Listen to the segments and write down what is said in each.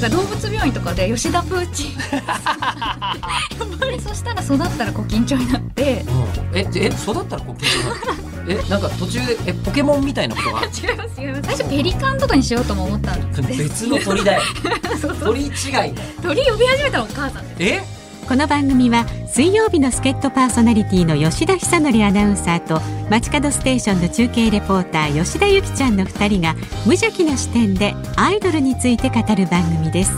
から動物病院とかで吉田プーチ ンでそしたら育ったらこう緊張になってうん、え、え、育ったらこう緊張なのえ、なんか途中で、え、ポケモンみたいなことがある。違います違います最初ペリカンとかにしようとも思ったんです別の鳥だよ。 そうそう鳥違いだよ。鳥呼び始めたのお母さんですえ、この番組は水曜日の助っ人パーソナリティの吉田久典アナウンサーと街角ステーションの中継レポーター吉田由紀ちゃんの2人が無邪気な視点でアイドルについて語る番組です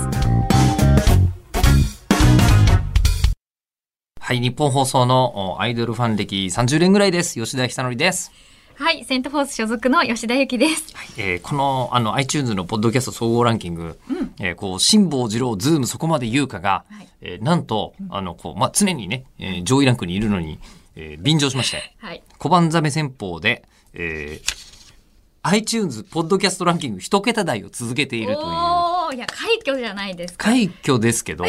はい、日本放送のおアイドルファン歴30年ぐらいです。吉田久典です。はいセントフォース所属の吉田由紀ですえーこの、あの、iTunes のポッドキャスト総合ランキング、うんえーこう、辛坊二郎、ズーム、そこまで言うかが、はいえーなんと、あの、こう、まあ、常にね、えー上位ランクにいるのに、えー便乗しましたよ。はい小判ザメ戦法で、えー iTunes ポッドキャストランキング一桁台を続けているという。おーいや快挙じゃないですか快挙で すけど、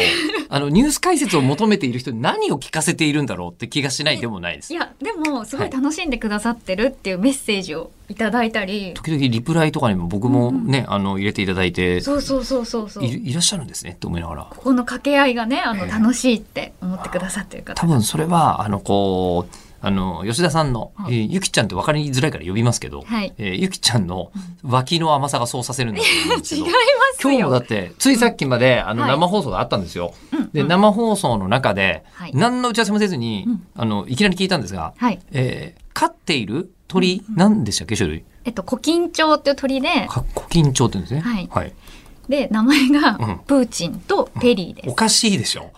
あの、ニュース解説を求めている人に何を聞かせているんだろうって気がしないでもないでいす。やでもすごい楽しんでくださってるっていうメッセージをいただいたり、時々リプライとかにも僕もね、あの、入れていただいて、そうそうそうそうそういるいらっしゃるんですねって思いながら。ここの掛け合いがねあのええ楽しいって思ってくださってる方多分それは、あの、こう、あの、吉田さんの、はえーゆきちゃんって分かりづらいから呼びますけど、はいえーゆきちゃんの脇の甘さがそうさせるんだと思うんで す違いけどま。す今日もだよって、ついさっきまで、あの、はい生放送があったんですよ。うんで、生放送の中で、はい何の打ち合わせもせずに、うんあの、いきなり聞いたんですが、はいえー飼っている鳥、何でしたっけ種類えっとコキンチョウっていう鳥でかコキンチョウって言うんですね。はいで名前うんがプーチンとペリーです、おかしいで しょ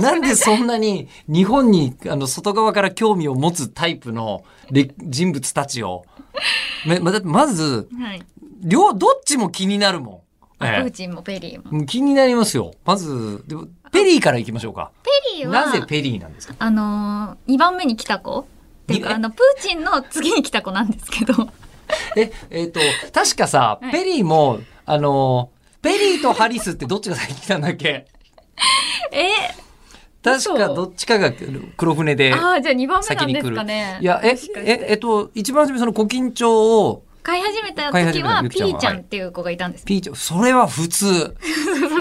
なんでそんなに日本にあの外側から興味を持つタイプのれ人物たちを。めまだってまず、はい両、どっちも気になるもん。プーえチンもペリーもえ気になりますよ。まず、でもペリーから行きましょうか。ペリーはなぜペリーなんですか あのー、2番目に来た子っていうにかあのプーチンの次に来た子なんですけど え、えっ、と、確かさ、はいペリーも、あの、ペリーとハリスってどっちが先来たんだ っけえ確かどっちかが黒船で。ああじゃあ2番目な先んにで来するかねいや、えもし、かしてえ、えっと、一番初めその古今帳を、飼い始めた飼い始時めたはゆきちピゃんはーちゃんっていう子がいたんですピーちゃん、それは 普通。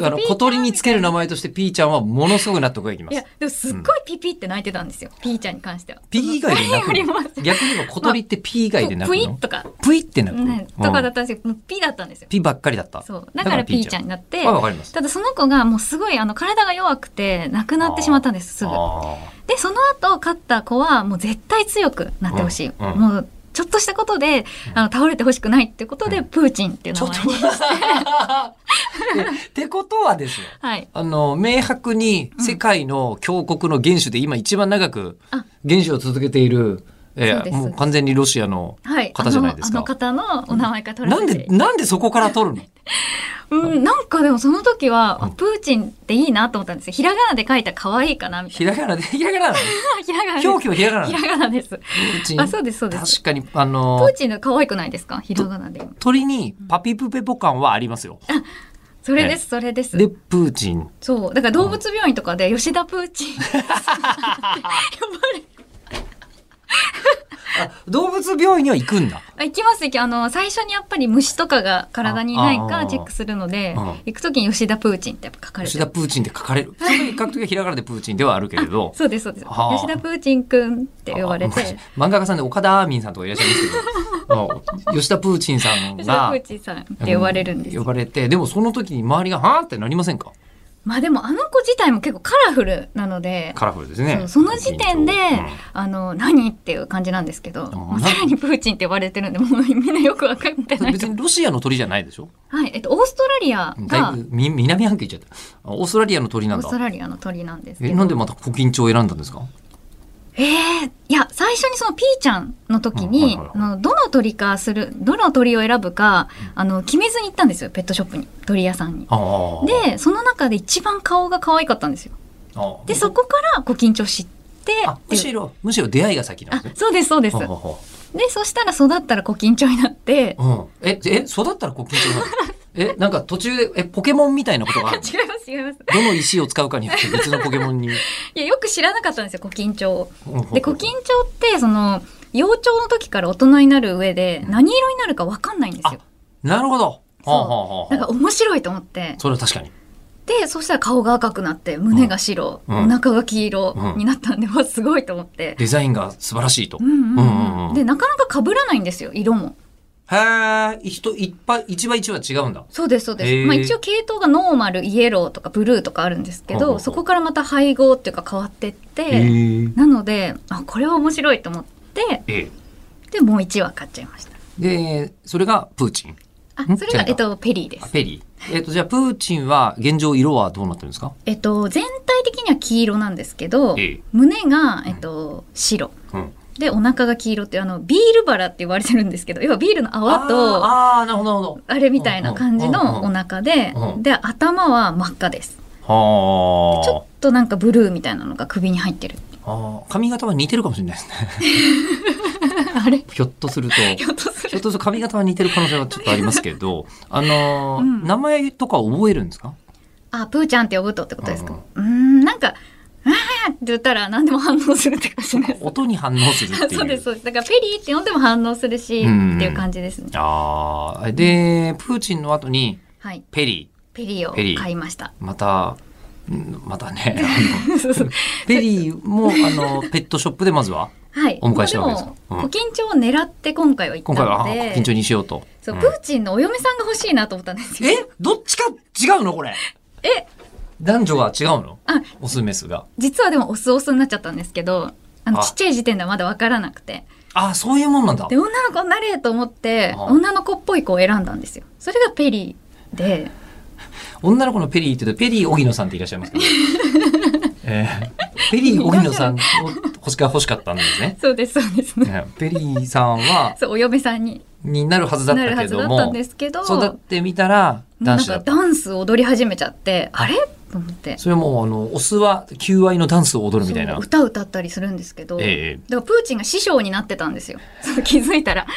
あの、小鳥につける名前としてピーちゃんはものすごく納得がいきまいやす。でもすっごいピピって泣いてたんですよ、ピーちゃんに関してはピー以外で泣ありくまのす逆に言えば小鳥ってピー以外で泣ぷくいのとか、ぷいって泣くね、とのかうだっんたんですけどピだったんですよピーばっかりだった。そうだからピーちゃんになってあ、わかります。ただその子がもうすごいあの体が弱くて亡くなってしまったんですすぐあでその後勝った子はもう絶対強くなってほしい、うんうんもうちょっとしたことであの倒れてほしくないってことで、うんプーチンっていうー名ちょっ前にと待って。ってことはですよ。はいあの、明白に世界の強国の元首で今一番長く元首を続けている、えそうでーすもう完全にロシアのはい方じゃないですかあのあの方のお名前から取らなれんてで、なんでそこから取るのうん、なんかでもその時は、あうんプーチンっていいなと思ったんですよひらがなで書いたら可愛いかなみたいひらがなで、ひらがななのな ひらがな表で記はひらがなすなひのらがなですプーチンあそうですそうです確かに、あプのー、チンの可愛くないですかひらがなで鳥にパピプペポ感はありますよ。それですそれですで、プーチン。そうだから動物病院とかで吉田プー チンあ動物病院には行くんだ。あ 行きます行きあの最初にやっぱり虫とかが体にいないああかあチェックするのでうん行く時に吉田プーチンってやっぱ書かれて吉る田プーチンって書かれる。それに書くときはひらがなでプーチンではあるけれど。そうですそうですはあ吉田プーチンくんって呼ばれてあ漫画家さんで岡田アーミンさんとかいらっしゃい ますけどあ吉田プーチンさん吉田がプーチンさんって呼ばれるんです呼よばれてでもその時に周りが「はあ?」ってなりませんかまあでもあの子自体も結構カラフルなのでカラフルですねそうその時点で、うんあの何っていう感じなんですけど、もうなんさらにプーチンって呼ばれてるんでもうみんなよく分かってない別にロシアの鳥じゃないでしょはいえっと、オーストラリアだがいぶみ南半球行っちゃったあオーストラリアの鳥オなんーストだラリアの鳥なんですけえどなんでまた古今鳥を選んだんですかえーいや最初にそのピーちゃんの時うんはに、いはいはいあのどの鳥かするどの鳥を選ぶかあの決めずに行ったんですよペットショップに鳥屋さんに。あーでその中で一番顔が可愛かったんですよ。あーでそこからご緊張知ってあむしろむしろ出会いが先なあんですねそうですそうですはあ。はでそしたら育ったらご緊張になってあはあうんええ育ったら古今鳥なのえなんか途中でえポケモンみたいなことがあるの違います違います。どの石を使うかによって別のポケモンにいやよく知らなかったんですよご緊張を。でで古今鳥ってその幼鳥の時から大人になる上で何色になるかわかんないんですよ。なるほど。はあはあはあなんか面白いと思ってそれは確かに。でそうしたら顔が赤くなって胸が白、うんお腹が黄色うんになったんで、 わすごいと思って、デザインが素晴らしいと。うんうんうんうんうんでなかなか被らないんですよ色もへえ、人、いっぱい、一番一は違うんだ。そうですそうです、へーまあ、一応系統がノーマルイエローとかブルーとかあるんですけほうほうど、ほうそこからまた配合っていうか変わってって、え。なのであこれは面白いと思ってえでもう1話買っちゃいましたえ。で、それがプーチン。んあそれ違うがんだえっとペリーであすペリー。えっ、と、じゃあ、プーチンは、現状色はどうなってるんですかえっと全体的には黄色なんですけど、ええ胸がえっと白うん。でお腹が黄色っていうあのビールバラって言われてるんですけど要はビールの泡とああーあー、なるほど、なるほれみたいな感じのうんうおん腹で、うんで頭は真っ赤ですど。はあ。ちょっとなんかブルーみたいなのが首に入って るあー髪型は似てるかもしれないですね。 あれひょっとすると。ひひょっとすょるっとすると髪型は似てる可能性はちょっとありますけど、あのーうん名前とか覚えるんですかあプーちゃんって呼ぶとってことですかうーんなんか「あーって言ったら何でも反応するって感じです 音に反応するって いう。そうですそうですだからペリーって呼んでも反応するし、うんっていう感じですねああ。で、プーチンの後に、はいペリペリーをペリー買いましたー、また、うんま たね、あのそうそうペリーも、あの、ペットショップでまずは、はいお迎えしたわけですかもうんも緊張を狙って今回は行今った回は、あのでー緊張にしようと。そううんプーチンのお嫁さんが欲しいなと思ったんですよえどっちか違うのこれ。え男女が違うのあオスメスが。実はでもオスオスになっちゃったんですけどあのあちっちゃい時点ではまだ分からなくてあーそういうもんなんだで。女の子になれと思ってあ女の子っぽい子を選んだんですよそれがペリーで女の子のペリーって言うと、ペリー荻野さんっていらっしゃ いますけど。えーペリー荻野さんを欲しか欲しかったんで すね。そうですそうですねねペリーさんは、そうお嫁さんにになるはずだっなるたはけずだどったんもで、すけど育ってみたらな男ん子だかった。ダンスを踊り始めちゃってあれと思ってそれはもうあのオスは求愛のダンスを踊るみたいなそう。歌歌ったりするんですけど、ええだからプーチンが師匠になってたんですよ そう気づいたら。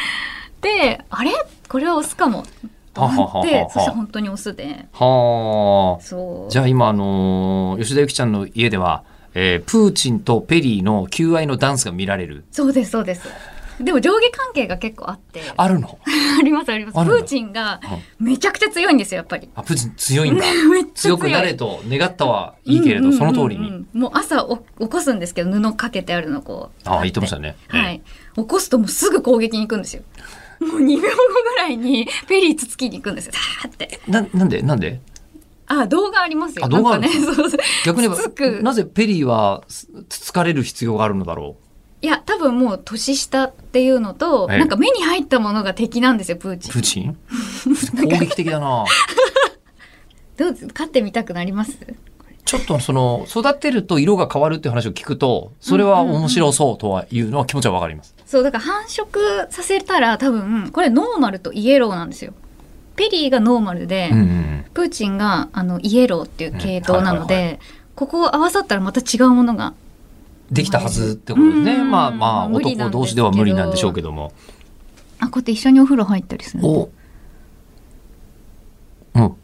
であれこれはオスかもと思っはははてはそしたら本当にオスではあ。そうじゃあ今あのー吉田ゆきちゃんの家では、えープーチンとペリーの求愛のダンスが見られる。そうですそうですでも上下関係が結構あってああるの。りますありますあプるんーだチンがめちゃくちゃ強いんですよやっぱりあプーチン強 いんだ。めっちゃ強強いくなれと願ったはいいけれど、その通りうんうんうに。んうんもう朝お起こすんですけど布かけてあるのこうああ言ってましたね。はええい、起こすともうすぐ攻撃に行くんですよ。もう2秒後ぐらい にペリーつつきに行くんですよ。さーって。ななんでなんであ、動画ありますよ。あ動画あるなんかね、そうそう。逆に言つつえばくなぜペリーはつつかれる必要があるのだろいや、多分もう年下っていうのと、ええなんか目に入ったものが敵なんですよ、プーチうンプーチン 攻撃的だな。どう勝ってみたくなりますちょっとその育てると色が変わるっていう話を聞くとそれは面白そうとはいうのは気持ちはわかります。そう、だから繁殖させたら多分、これノーマルとイエローなんですよ。ペリーがノーマルで、うんプーチンがあのイエローっていう系統なので、うんはいここを合わさったらまた違うものができたはずってことですね。うんまあまあ無理男なんですけど同士では無理なんでしょうけども。あこうやって一緒にお風呂入ったりするのおうん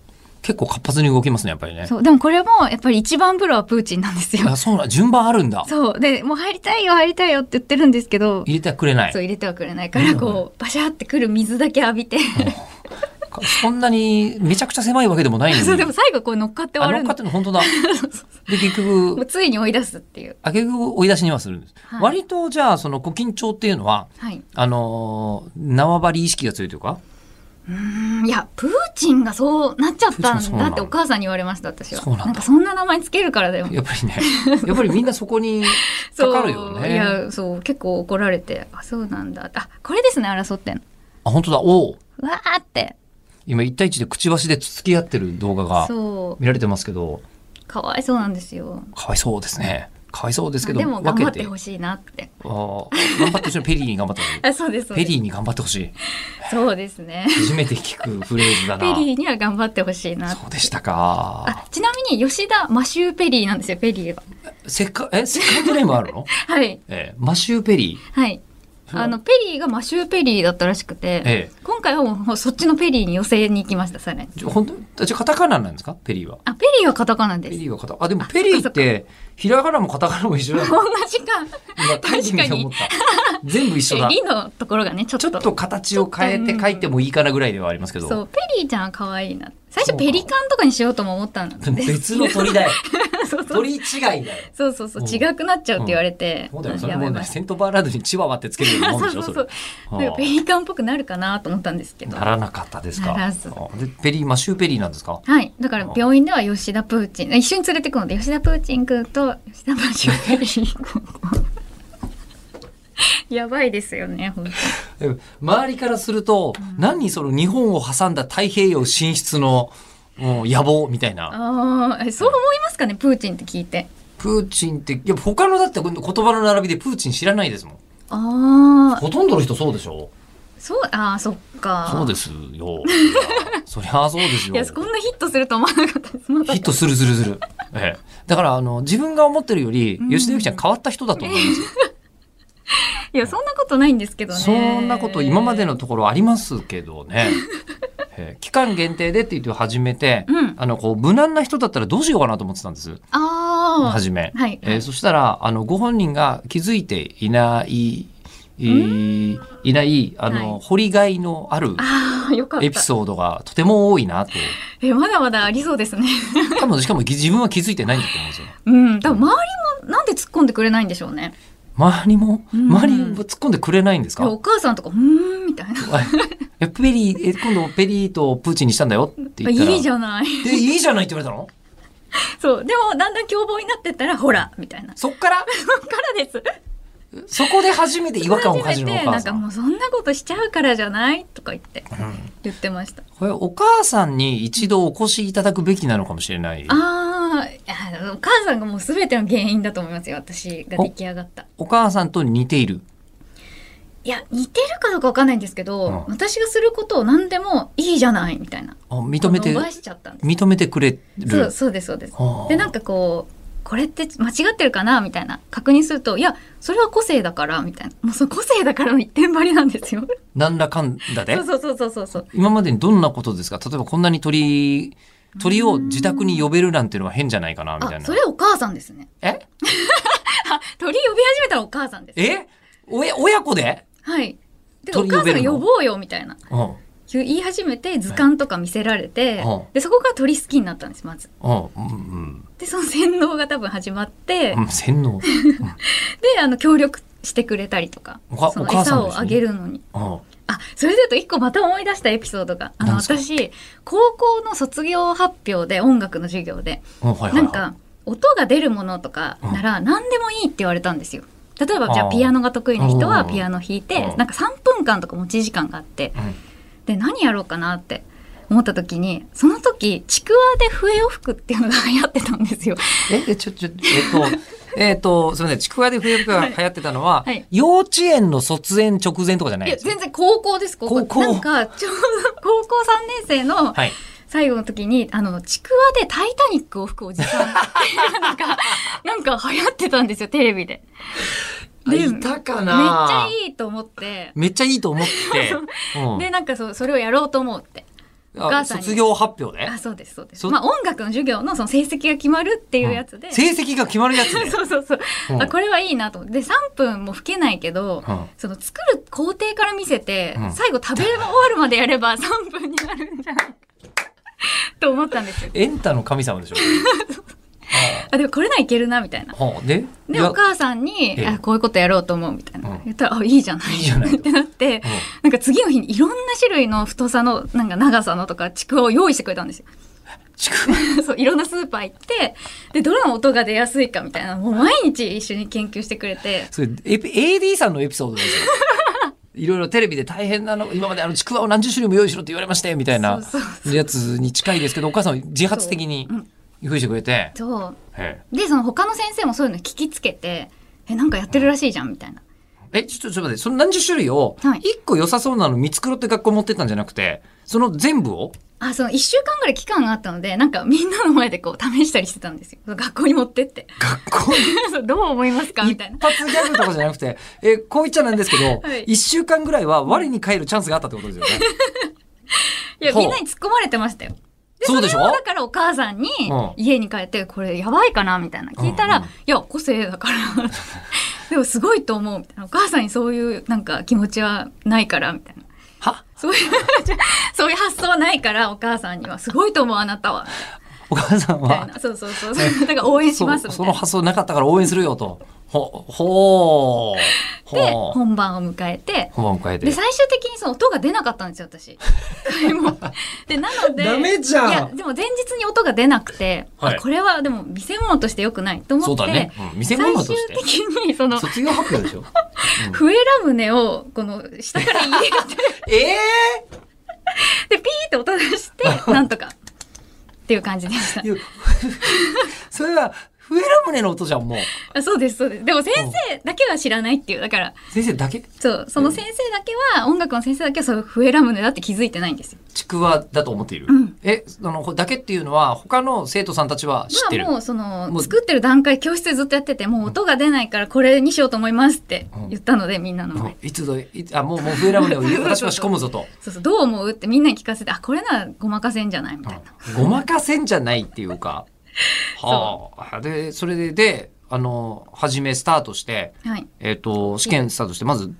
結構活発に動きますねやっぱりね。そうでもこれもやっぱり一番風呂はプーチンなんですよあそうなん順番あるんだ。そうでもう入りたいよ入りたいよって言ってるんですけど、入れてはくれないそう。入れてはくれないかならんだこれこうバシャーってくる水だけ浴びて、かそんなにめちゃくちゃ狭いわけでもないのに。 そうでも最後こう乗っかって終あわのるっかのっての 本当だ。で結も う局ついに追い出すっていうあげく追い出しにはするんです。はい割とじゃあその小緊張っていうのははいあのー縄張り意識が強いというか。うーんいやプーチンがそうなっちゃったプーチンんがそうなだのってお母さんに言われました私はそうなんだかそんな名前つけるからだよやっぱ りね、やっぱりみんなそこに引っそうかかるよいね。やそう結構怒られてあそうなんだあこれですね争ってんのあ、本当だ。おううわーって今一対一でくちばしでつつき合ってる動画がそう見られてますけど、かわいそうなんですよかわいそうですね。かわいそうですけど、でも頑張ってあほしいなってー頑張ってほしい。ペリーに頑張ってほしい。あ そうですそうペですリーに頑張ってほしい。そうですね初めて聞くフレーズだペな。リーには頑張ってほしいなそうでしたか。あちなみに吉田マシューペリーなんですよペリーは せっか、え、セカンドネームあるのはいええマシューペリー。はいそうあのペリーがマシューペリーだったらしくて、ええ今回はもうそっちのペリーに寄せに行きましたさらにじゃ本当じゃあカタカナなんですかペリーは。あペリーはカタカナでペすリーはカタあでもペリーってひらがなもカタカナも一緒 だ。同じか今確かに単純思った。全部一緒えだ。リのところがねちょっちょとっと形を変えて書いてもいいかなぐらいではありますけど。そうペリーちゃんは可愛いな最そう初かペリカンとかにしようとも思ったんだ別の鳥だよ。 そうそう鳥違いだよ。そうそうそううん違くなっちゃうって言われて、そうだよ。あそれやばもいね、やばいセントバーラードにチワワってつけるようなもんでしょ、そうそそう。れなんかペリカンっぽくなるかなと思ったんですけどならなかったですか。ならずあで、ペリー、マシューペリーなんですかはいだから病院では吉田プーチン一緒に連れてくので吉田プーチン君と吉田マシュペリー君 やばいですよね本当にえ周りからすると、何その日本を挟んだ太平洋進出の、うん野望みたいな。ああそう思いますかねプーチンって聞いてプーチンって、いや、他のだって言葉の並びでプーチン知らないですもん。ああ ほとんどの人そうでしょそうああそっかそうです よ。いやそりゃそうですよ。いやこんなヒットすると思わなかったですまさかヒットするずるず る。ええ、だからあの自分が思ってるより、うん吉田ゆきちゃん変わった人だと思いますよ。いやそんなことないんですけどねそんなこと今までのところありますけ どね。ええ期間限定でって言って始めて、うんあのこう無難な人だったらどうしようかなと思ってたんです。ああ初め。はいええそしたらあのご本人が気づいていない。えーいないあの、はい掘りがいのあるああよかったエピソードがとても多いなとえまだまだありそうですね 多分しかも自分は気づいてないんだと思うんですよ。うん多分周りもなんで突っ込んでくれないんでしょうね周りもうん周りも突っ込んでくれないんですいかやお母さんとかうーんみたいなえペリーえ今度ペリーとプーチンにしたんだよって言ったらいいじゃないえいいじゃないって言われたのそうでもだんだん凶暴になってったらほらみたいなそっか らそっからですそこで初めて違和感を感じるのお初めて母なんさかんもうそんなことしちゃうからじゃないとか言ってうん言ってましたこれお母さんに一度お越しいただくべきなのかもしれないあーいやお母さんがもう全ての原因だと思いますよ私が出来上がったお母さんと似ているいや似てるかどうかわかんないんですけど、うん私がすることを何でもいいじゃないみたいなあ認めて伸ばしちゃったんです認めてくれそうるそうですそうですはあでなんかこうこれって間違ってるかなみたいな確認するといやそれは個性だからみたいなもうそう個性だからの一点張りなんですよなんだかんだでそうそうそうそうそうそう今までにどんなことですか例えばこんなに鳥鳥を自宅に呼べるなんていうのは変じゃないかなみたいあなそれお母さんですねえあ鳥呼び始めたらお母さんですえ親親子で、はいでお鳥母呼さべるんのが呼ぼうよみたいなうん言い始めて図鑑とか見せられて、はいはあでそこから鳥好きになったんですまずうんうんでその洗脳が多分始まって、うん、洗脳。であの協力してくれたりとかおかそのお母さん餌ですねをあげるのにうんあそれで言うと一個また思い出したエピソードがあのなんすか私高校の卒業発表で音楽の授業でうん、はいはい、はい。なんか音が出るものとかなら何でもいいって言われたんですよ。例えばじゃああーピアノが得意な人はうんピアノ弾いてうんなんか3分間とか持ち時間があってうん、で何やろうかなって思った時にその時ちくわで笛を吹くっていうのが流行ってたんですよ。え、え、ちょ、ちょ、えっと、 えっと、すみません、ちくわで冬服が流行ってたのはは、いはい幼稚園の卒園直前とかじゃないいんやですか全然高校です高校高校なんかちょうど高校3年生のはい。最後の時にあのちくわで「タイタニック」を吹くおじさんっていうの がなんか流行ってたんですよテレビで。であいたかめっちゃな。い。いいと思ってめっちゃいいと思って。 うんでなんかそうそれをやろうと思うってあお母さんに卒業発表であ。そうですそうですそまあ音楽の授業のその成績が決まるっていうやつで、うん成績が決まるやつ で。そうそうそう、うんあこれはいいなと思ってで3分も吹けないけど、うんその作る工程から見せて、うん最後食べ終わるまでやれば3分になるんじゃないかと思ったんですよエンタの神様で しょ。あでもこれならいけるなみたいなああはあ、でいでやお母さんにええあこういうことやろうと思うみたいな、うん言ったらあいいじゃないいいじゃないっとてなってうんなんか次の日にいろんな種類の太さのなんか長さのとかちくわを用意してくれたんですよ。ちくわ。 そういろんなスーパー行ってでどの音が出やすいかみたいなもう毎日一緒に研究してくれてそれ、エピ AD さんのエピソードです よ。いろいろテレビで大変なの、今まであのちくわを何十種類も用意しろって言われまして、みたいなそうそうやつに近いですけど、お母さんは自発的にそううん用意してくれて。そうえでその他の先生もそういうの聞きつけて「えなんかやってるらしいじゃん」みたいな。え、ちょっとちょっと待って、その何十種類をはい、一個良さそうなの見繕って学校持ってったんじゃなくて、その全部をあ、その一週間ぐらい期間があったので、なんかみんなの前でこう試したりしてたんですよ。学校に持ってって。 学校にそうどう思いますかみ一たいな。発ギャグとかじゃなくて、え、こう言っちゃなんですけど、はい一週間ぐらいは我に帰るチャンスがあったってことですよね。いや、ほうみんなに突っ込まれてましたよ。そうでしょだからお母さんにうん家に帰って、これやばいかなみたいな聞いたら、うんうんいや、個性だから。 でもすごいと思う。みたいな。お母さんにそういうなんか気持ちはないから、みたいな。はそういう、 そういう発想はないから、お母さんにはすごいと思う、あなたは。お母さんみたいはな。そうそうそう。だから応援します、そみたそいのな。発想なかったから応援するよと。ほ、ほー。で、ほー。本番を迎えて、本番を変えで、て。最終的にその音が出なかったんですよ、 私。もうで、なので。ダメじゃんいや、でも前日に音が出なくて、はいあこれはでも見せ物として良くないと思って。そうだね。うん、見せ最物終として。的に、その、卒業発表でしょ笛ラムネを、この、下から入 れて、ええで、ピーって音が して、なんとか。っていう感じでしたい。や それは、笛ラムネの音じゃん、もう。あそうです、そうです。でも先生だけは知らないっていう。だから、先生だけそう、その先生だけは、音楽の先生だけは、そう、笛ラムネだって気づいてないんですよ。ちくわだと思っている。うんえ、その、これだけっていうのは、他の生徒さんたちは知ってる。まあもうそのもう作ってる段階教室でずっとやっててもう音が出ないからこれにしようと思いますって言ったので、みんなの前もういつどいつあもうもう笛ラムネを言う私は仕込むぞと。そうそうどう思うってみんなに聞かせてあこれならごまかせんじゃないみたいな、ごまかせんじゃないっていうか。はあ。でそれでであの初めスタートしてはい、えっ、と試験スタートしてまずん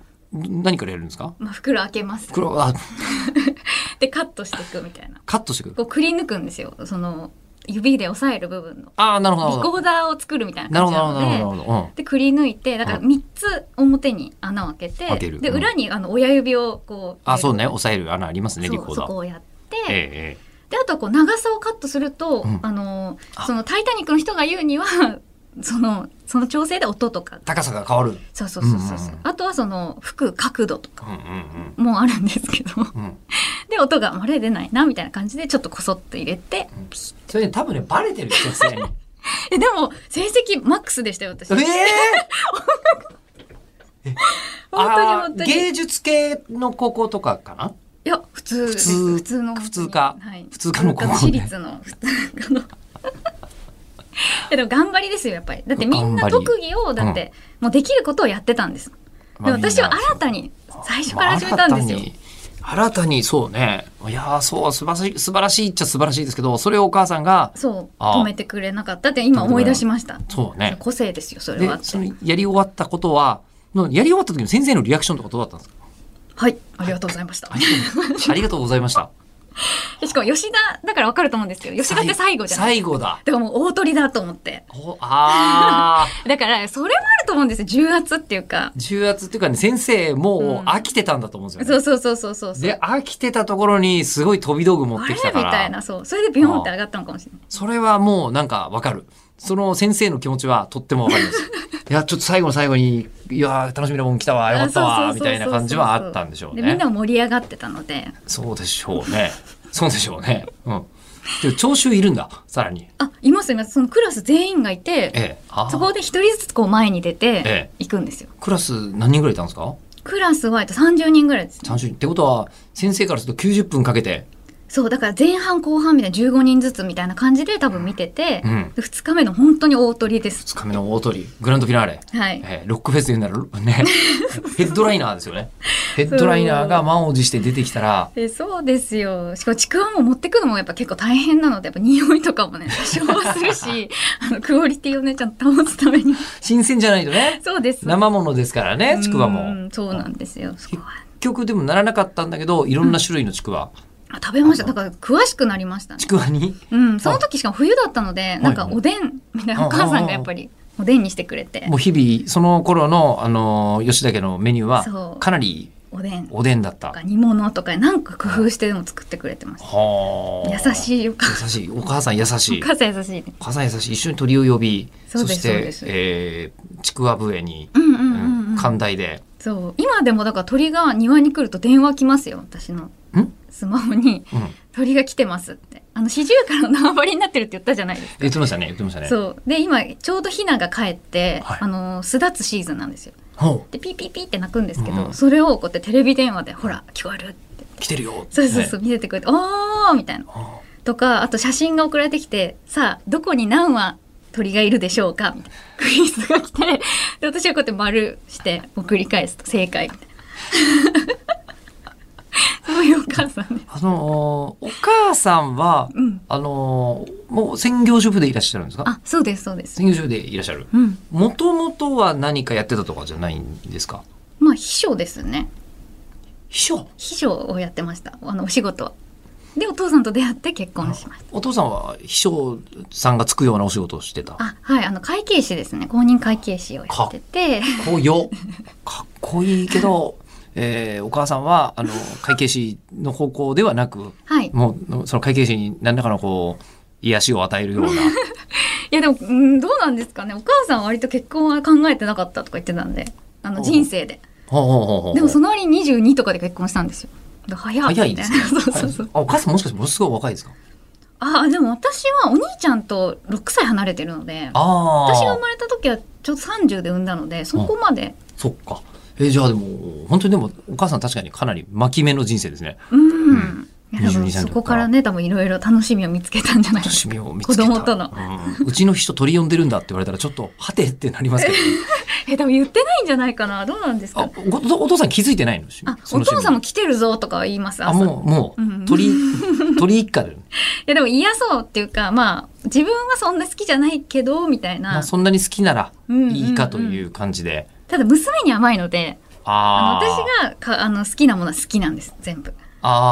何からやるんですか。まあ、袋開けます黒あでカットしていくみたいなカットしてくる。こうくり抜くんですよその指で押さえる部分のああなるほリどコーダーを作るみたいななる感ほじどなのなでるほどなるほどなるほど。うん。でくり抜いてだからうん3つ表に穴を開けて開けるでうん裏にあの親指をこうあそうねね押さえる穴ありますねリコーそダこー。をやって、えええであとこう長さをカットすると、うんあのーあその「タイタニック」の人が言うには そのその調整で音とかえ高さが変わる。うんそうそうそうそうそう、うんうんうんあとはその吹く角度とかうんもあるんですけど うんうん。で音がまれ出ないなみたいな感じでちょっとこそっと入れてそれね多分ねバレてる 先生に。えでも成績マックスでしたよ私え本当にあ本当ーにい芸術系の高校とかかな。や普通です普通普通の普通科はい、普通科の高校ね私立の普通科の えでも頑張りですよやっぱりだってみんな頑張り特技をだって、もうできることをやってたんですまあで私はみんな新たに最初から始めたんですよ。まあ新たに新たにそうねいやーそう素晴らしい素晴らしいっちゃ素晴らしいですけどそれをお母さんがそうああ止めてくれなかったって今思い出しました。そうね個性ですよそれではってそのやり終わったことはのやり終わった時の先生のリアクションとかどうだったんです かはいありがとうございました。ありがとうございました しかも吉田だからわかると思うんですけど吉田って最後じゃない。最後だだからもう大鳥だと思って。おあーだからそれもあると思うんですよ重圧っていうか。重圧っていうかね先生もう飽きてたんだと思うんですそようね、そうそうそうそうそう。で飽きてたところにすごい飛び道具持っあてれみきたからたいなそうそれでビヨンって上がったのかもしれない。それはもうなんかわかる。その先生の気持ちはとってもわかり ます。いや、ちょっと最後の最後に、いやー、楽しみなもん来たわ、よかったあわ、そうみそうそうそうたいな感じはあったんでしょうみんねな。も盛り上がってたのでそうでしょうね。 そうでしょうね。うん。で、聴衆いるんだ、さらに。あいますいますそのクラス全員がいて。ええ。あーそこで一人ずつこう前に出えて行くんですよ。クラス何人ぐらいいたんですかクラスはえっと30人ぐらいですね。 ?30 人。ってことは、先生からすると90分かけて、そう、だから前半後半みたいな15人ずつみたいな感じで多分見てて、うでん。二2日目の本当に大鳥です。 2日目の大鳥、グランドフィナーレ。はい。えーロックフェスで言うなら、 ね、ヘッドライナーですよね。ヘッドライナーが満を持して出てきたら、えそうですよ。しかもちくわも持ってくのもやっぱ結構大変なので、やっぱ匂いとかもね、多少はする し、あの、クオリティをね、ちゃんと保つために。新鮮じゃないとね。そうです。生ものですからねちくわうもんそうなんですよ。そこは。結局でもならなかったんだけどいろんな種類のちくわ、あ食べました。だから詳しくなりましたねち。くわにうん。その時しかも冬だったので、なんかはいはいおでんみたいなお母さんがやっぱりおでんにしてくれても、う日々その頃のあのー吉田家のメニューそはうかなりおでんとおでんだったか煮物とかなんか工夫してでも作ってくれてました。はあ優しいよか優しいお母さん優しい母さん優しいねお母さん優しい一緒に鳥を呼びそうですそうしてですえーちくわ笛に、うんうんううん、うんん、寛大でそう今でもだから鳥が庭に来ると電話来ますよ私のんスマホにうん「鳥が来てます」ってあの四十からの縄張りになってるって言ったじゃないですか言ってましたね言ってましたねそうで今ちょうどヒナが帰って、はいあの巣立つシーズンなんですよほうでピーピーピーって鳴くんですけど、うんそれをこうやってテレビ電話で「ほら聞こえる」って来てるよそうそうそう、見せてくれて、おーみたいな。あとか、あと写真が送られてきて、さあ、どこに何羽鳥がいるでしょうかみたいなクイズが来て、で、私はこうやって丸して、送り返すと正解みたいな。 そういうお母さんね。あのーお母さんは、うん。あのーもう専業主婦でいらっしゃるんですかあ、そうです、そうです。専業主婦でいらっしゃるうん。もともとは何かやってたとかじゃないんですかまあ、秘書ですね。秘書秘書をやってました。あの、お仕事は。で、お父さんと出会って結婚しました。お父さんは秘書さんがつくようなお仕事をしてたあ、はい、あの、会計士ですね。公認会計士をやってて。こうよかっこいいけど、えーお母さんはあの会計士の方向ではなくはい。もうその会計士に何らかのこう癒しを与えるよう ないやでも、うん、どうなんですかねお母さんは割と結婚は考えてなかったとか言ってたんであおのう人生でほうほうほうほうでもその割に22とかで結婚したんですよだから早っ早いですねみたいな そうそうそうあお母さんもしかしてものすごい若いですかあでも私はお兄ちゃんと6歳離れてるのでああ私が生まれた時はちょうど30で産んだのでそこまでそっかえーじゃあでも本当にでもお母さん確かにかなり巻き目の人生ですねうん、いやで22も歳の時からそこからね多分いろいろ楽しみを見つけたんじゃないです趣か味を見つけた子供とのうん、うちの人取り呼んでるんだって言われたらちょっとはてってなりますけど、 え多分言ってないんじゃないかなどうなんですかあおお父さん気づいてないのあそおの趣味父さんも来てるぞとかは言いますあ朝もうもう、うん鳥鳥一 家で、いやでも嫌そうっていうかまあ自分はそんな好きじゃないけどみたいな、まあ、そんなに好きならうんいいかとうんいうんう感じで、ただ娘に甘いのでああのー私がかあの好きなものは好きなんです全部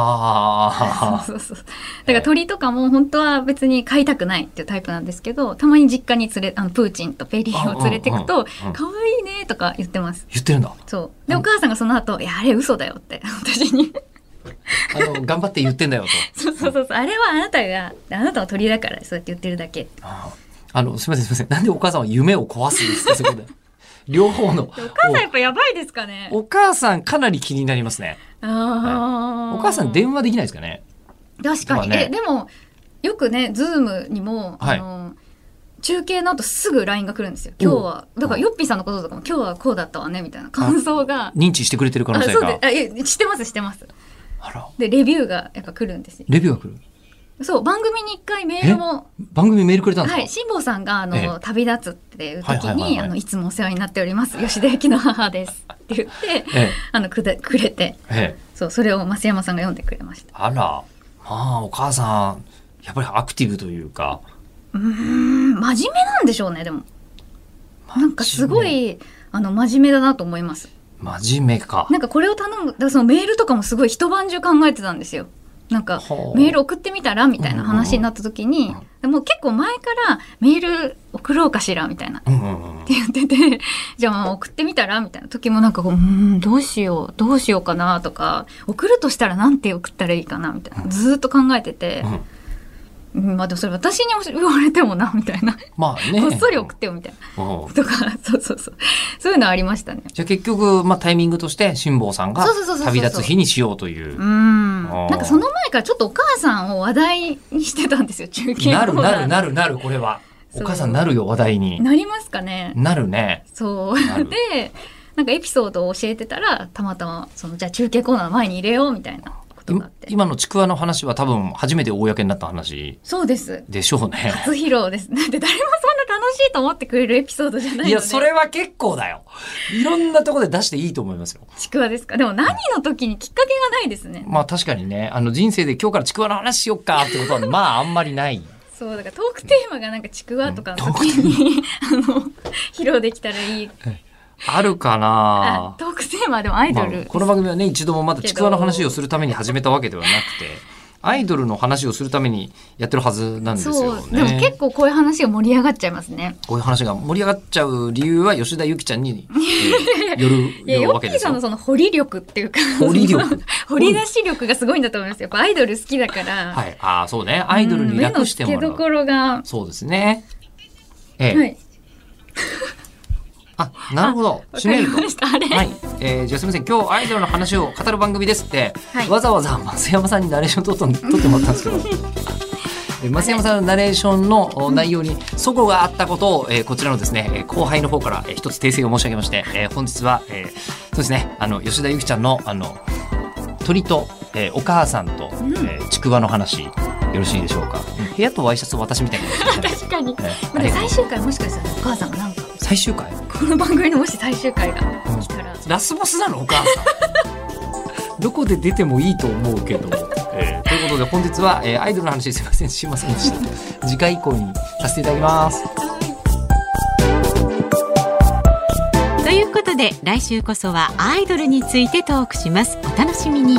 あーそうそうそうだから鳥とかも本当は別に飼いたくないっていうタイプなんですけどたまに実家に連れあのプーチンとペリーを連れてくうんうんとうんう「ん可愛いね」とか言ってます言ってるんだそうでうんお母さんがその後いやあれ嘘だよ」って 私にあの頑張って言ってんだよとそうそうそうそうあれはあなたがあなたは鳥だからそうやって言ってるだけあーあのすみませんすみませんなんでお母さんは夢を壊すんですかそこで 両方のお母さんやっぱやばいですかねおお母さんかなり気になりますねあーお母さん電話できないですかね確かに、まあねえでもよくねズームにも、はいあの中継の後すぐ LINE が来るんですよ今日はだからヨッピーさんのこととかも今日はこうだったわねみたいな感想が認知してくれてる可あ能性そうでがあえしてますしてますあらでレビューがやっぱ来るんですよレビューが来るそう番組に一回メールも番組メールくれたんですか、はい辛坊さんがあの、ええ旅立つっていう時に、はいはいはいはいあのいつもお世話になっております吉田駅の母ですって言って ええあのくだくれてええ、そうそれを増山さんが読んでくれましたあらまあお母さんやっぱりアクティブというかうーん真面目なんでしょうねでもなんかすごいあの真面目だなと思います真面目かなんかこれを頼むだからそのメールとかもすごい一晩中考えてたんですよなんかほうメール送ってみたらみたいな話になった時にもう結構前からメール送ろうかしらみたいなっうんうんうんて言ってて じゃあまあ送ってみたらみたいな時もなんかこううーんどうしようどうしようかなとか送るとしたらなんて送ったらいいかなみたいなずーっと考えててう、んうんまあでもそれ私に言われてもなみたいなまあねこっそり送ってよみたいな。うんとか、 そうそうそう。そういうのありましたね。じゃあ結局、まあ、タイミングとして辛坊さんがそうそうそうそうそう旅立つ日にしようといううーん。あーなんかその前からちょっとお母さんを話題にしてたんですよ、中継のなコるーナーなるなるなるこれはおそう母さんなるよ話題になりますかね。なるねそうな。るで、なんかエピソードを教えてたら、たまたま、その、じゃあ中継コーナーの前に入れようみたいなことがあって。今のちくわの話は多分初めて公になった話そうです。でしょうね初披露です。 なんで誰もそんな楽しいと思ってくれるエピソードじゃないので。いやそれは結構だよいろんなところで出していいと思いますよちくわですか。でも何の時にきっかけがないですね。まあ確かにね、あの人生で今日からちくわの話しよっかってことは、まああんまりない。そうだからトークテーマがなんかちくわとかの時に、あの披露できたらいいあるかあなトークテーマでもアイドまル、あ、この番組はね、一度もまだちくわの話をするために始めたわけではなくて、アイドルの話をするためにやってるはずなんですそようでもね結。構こういう話が盛り上がっちゃいますね。こういう話が盛り上がっちゃう理由は吉田ゆきちゃんに、え ーよいやるヨわッけピでーすさんのよ。その掘り力って いうか掘り力掘り出し力がすごいんだと思いますよ。やっぱアイドル好きだから、はい。ああ、そうね。アイドルに楽してもうん目らの付けどこう。ろが、そうですね。ええはい、あ、なるほど。わ締かめりるとま。した あれ、はい、えー、じゃあすみません今日アイドルの話を語る番組ですって、はいわざわざ増山さんにナレーション取った取ってもらったんですけ どえー増山さんのナレーションのお内容に齟齬があったことを、えーこちらのですねえー後輩の方からえー一つ訂正を申し上げまして、えー本日は、えーそうですねあの吉田ゆきちゃんのあの鳥とえーお母さんと、んえーちくわの話よろしいでしょうか部屋とワイシャツを私みたい な感じで確かに。こえーありれがとう最終回もしかしたらお母さんがなんか、最終回この番組のもし最終回が来たら、ラスボスなのお母さんどこで出てもいいと思うけど、えーということで本日は、えーアイドルの話すいませんしませんでした次回以降にさせていただきますということで来週こそはアイドルについてトークしますお楽しみに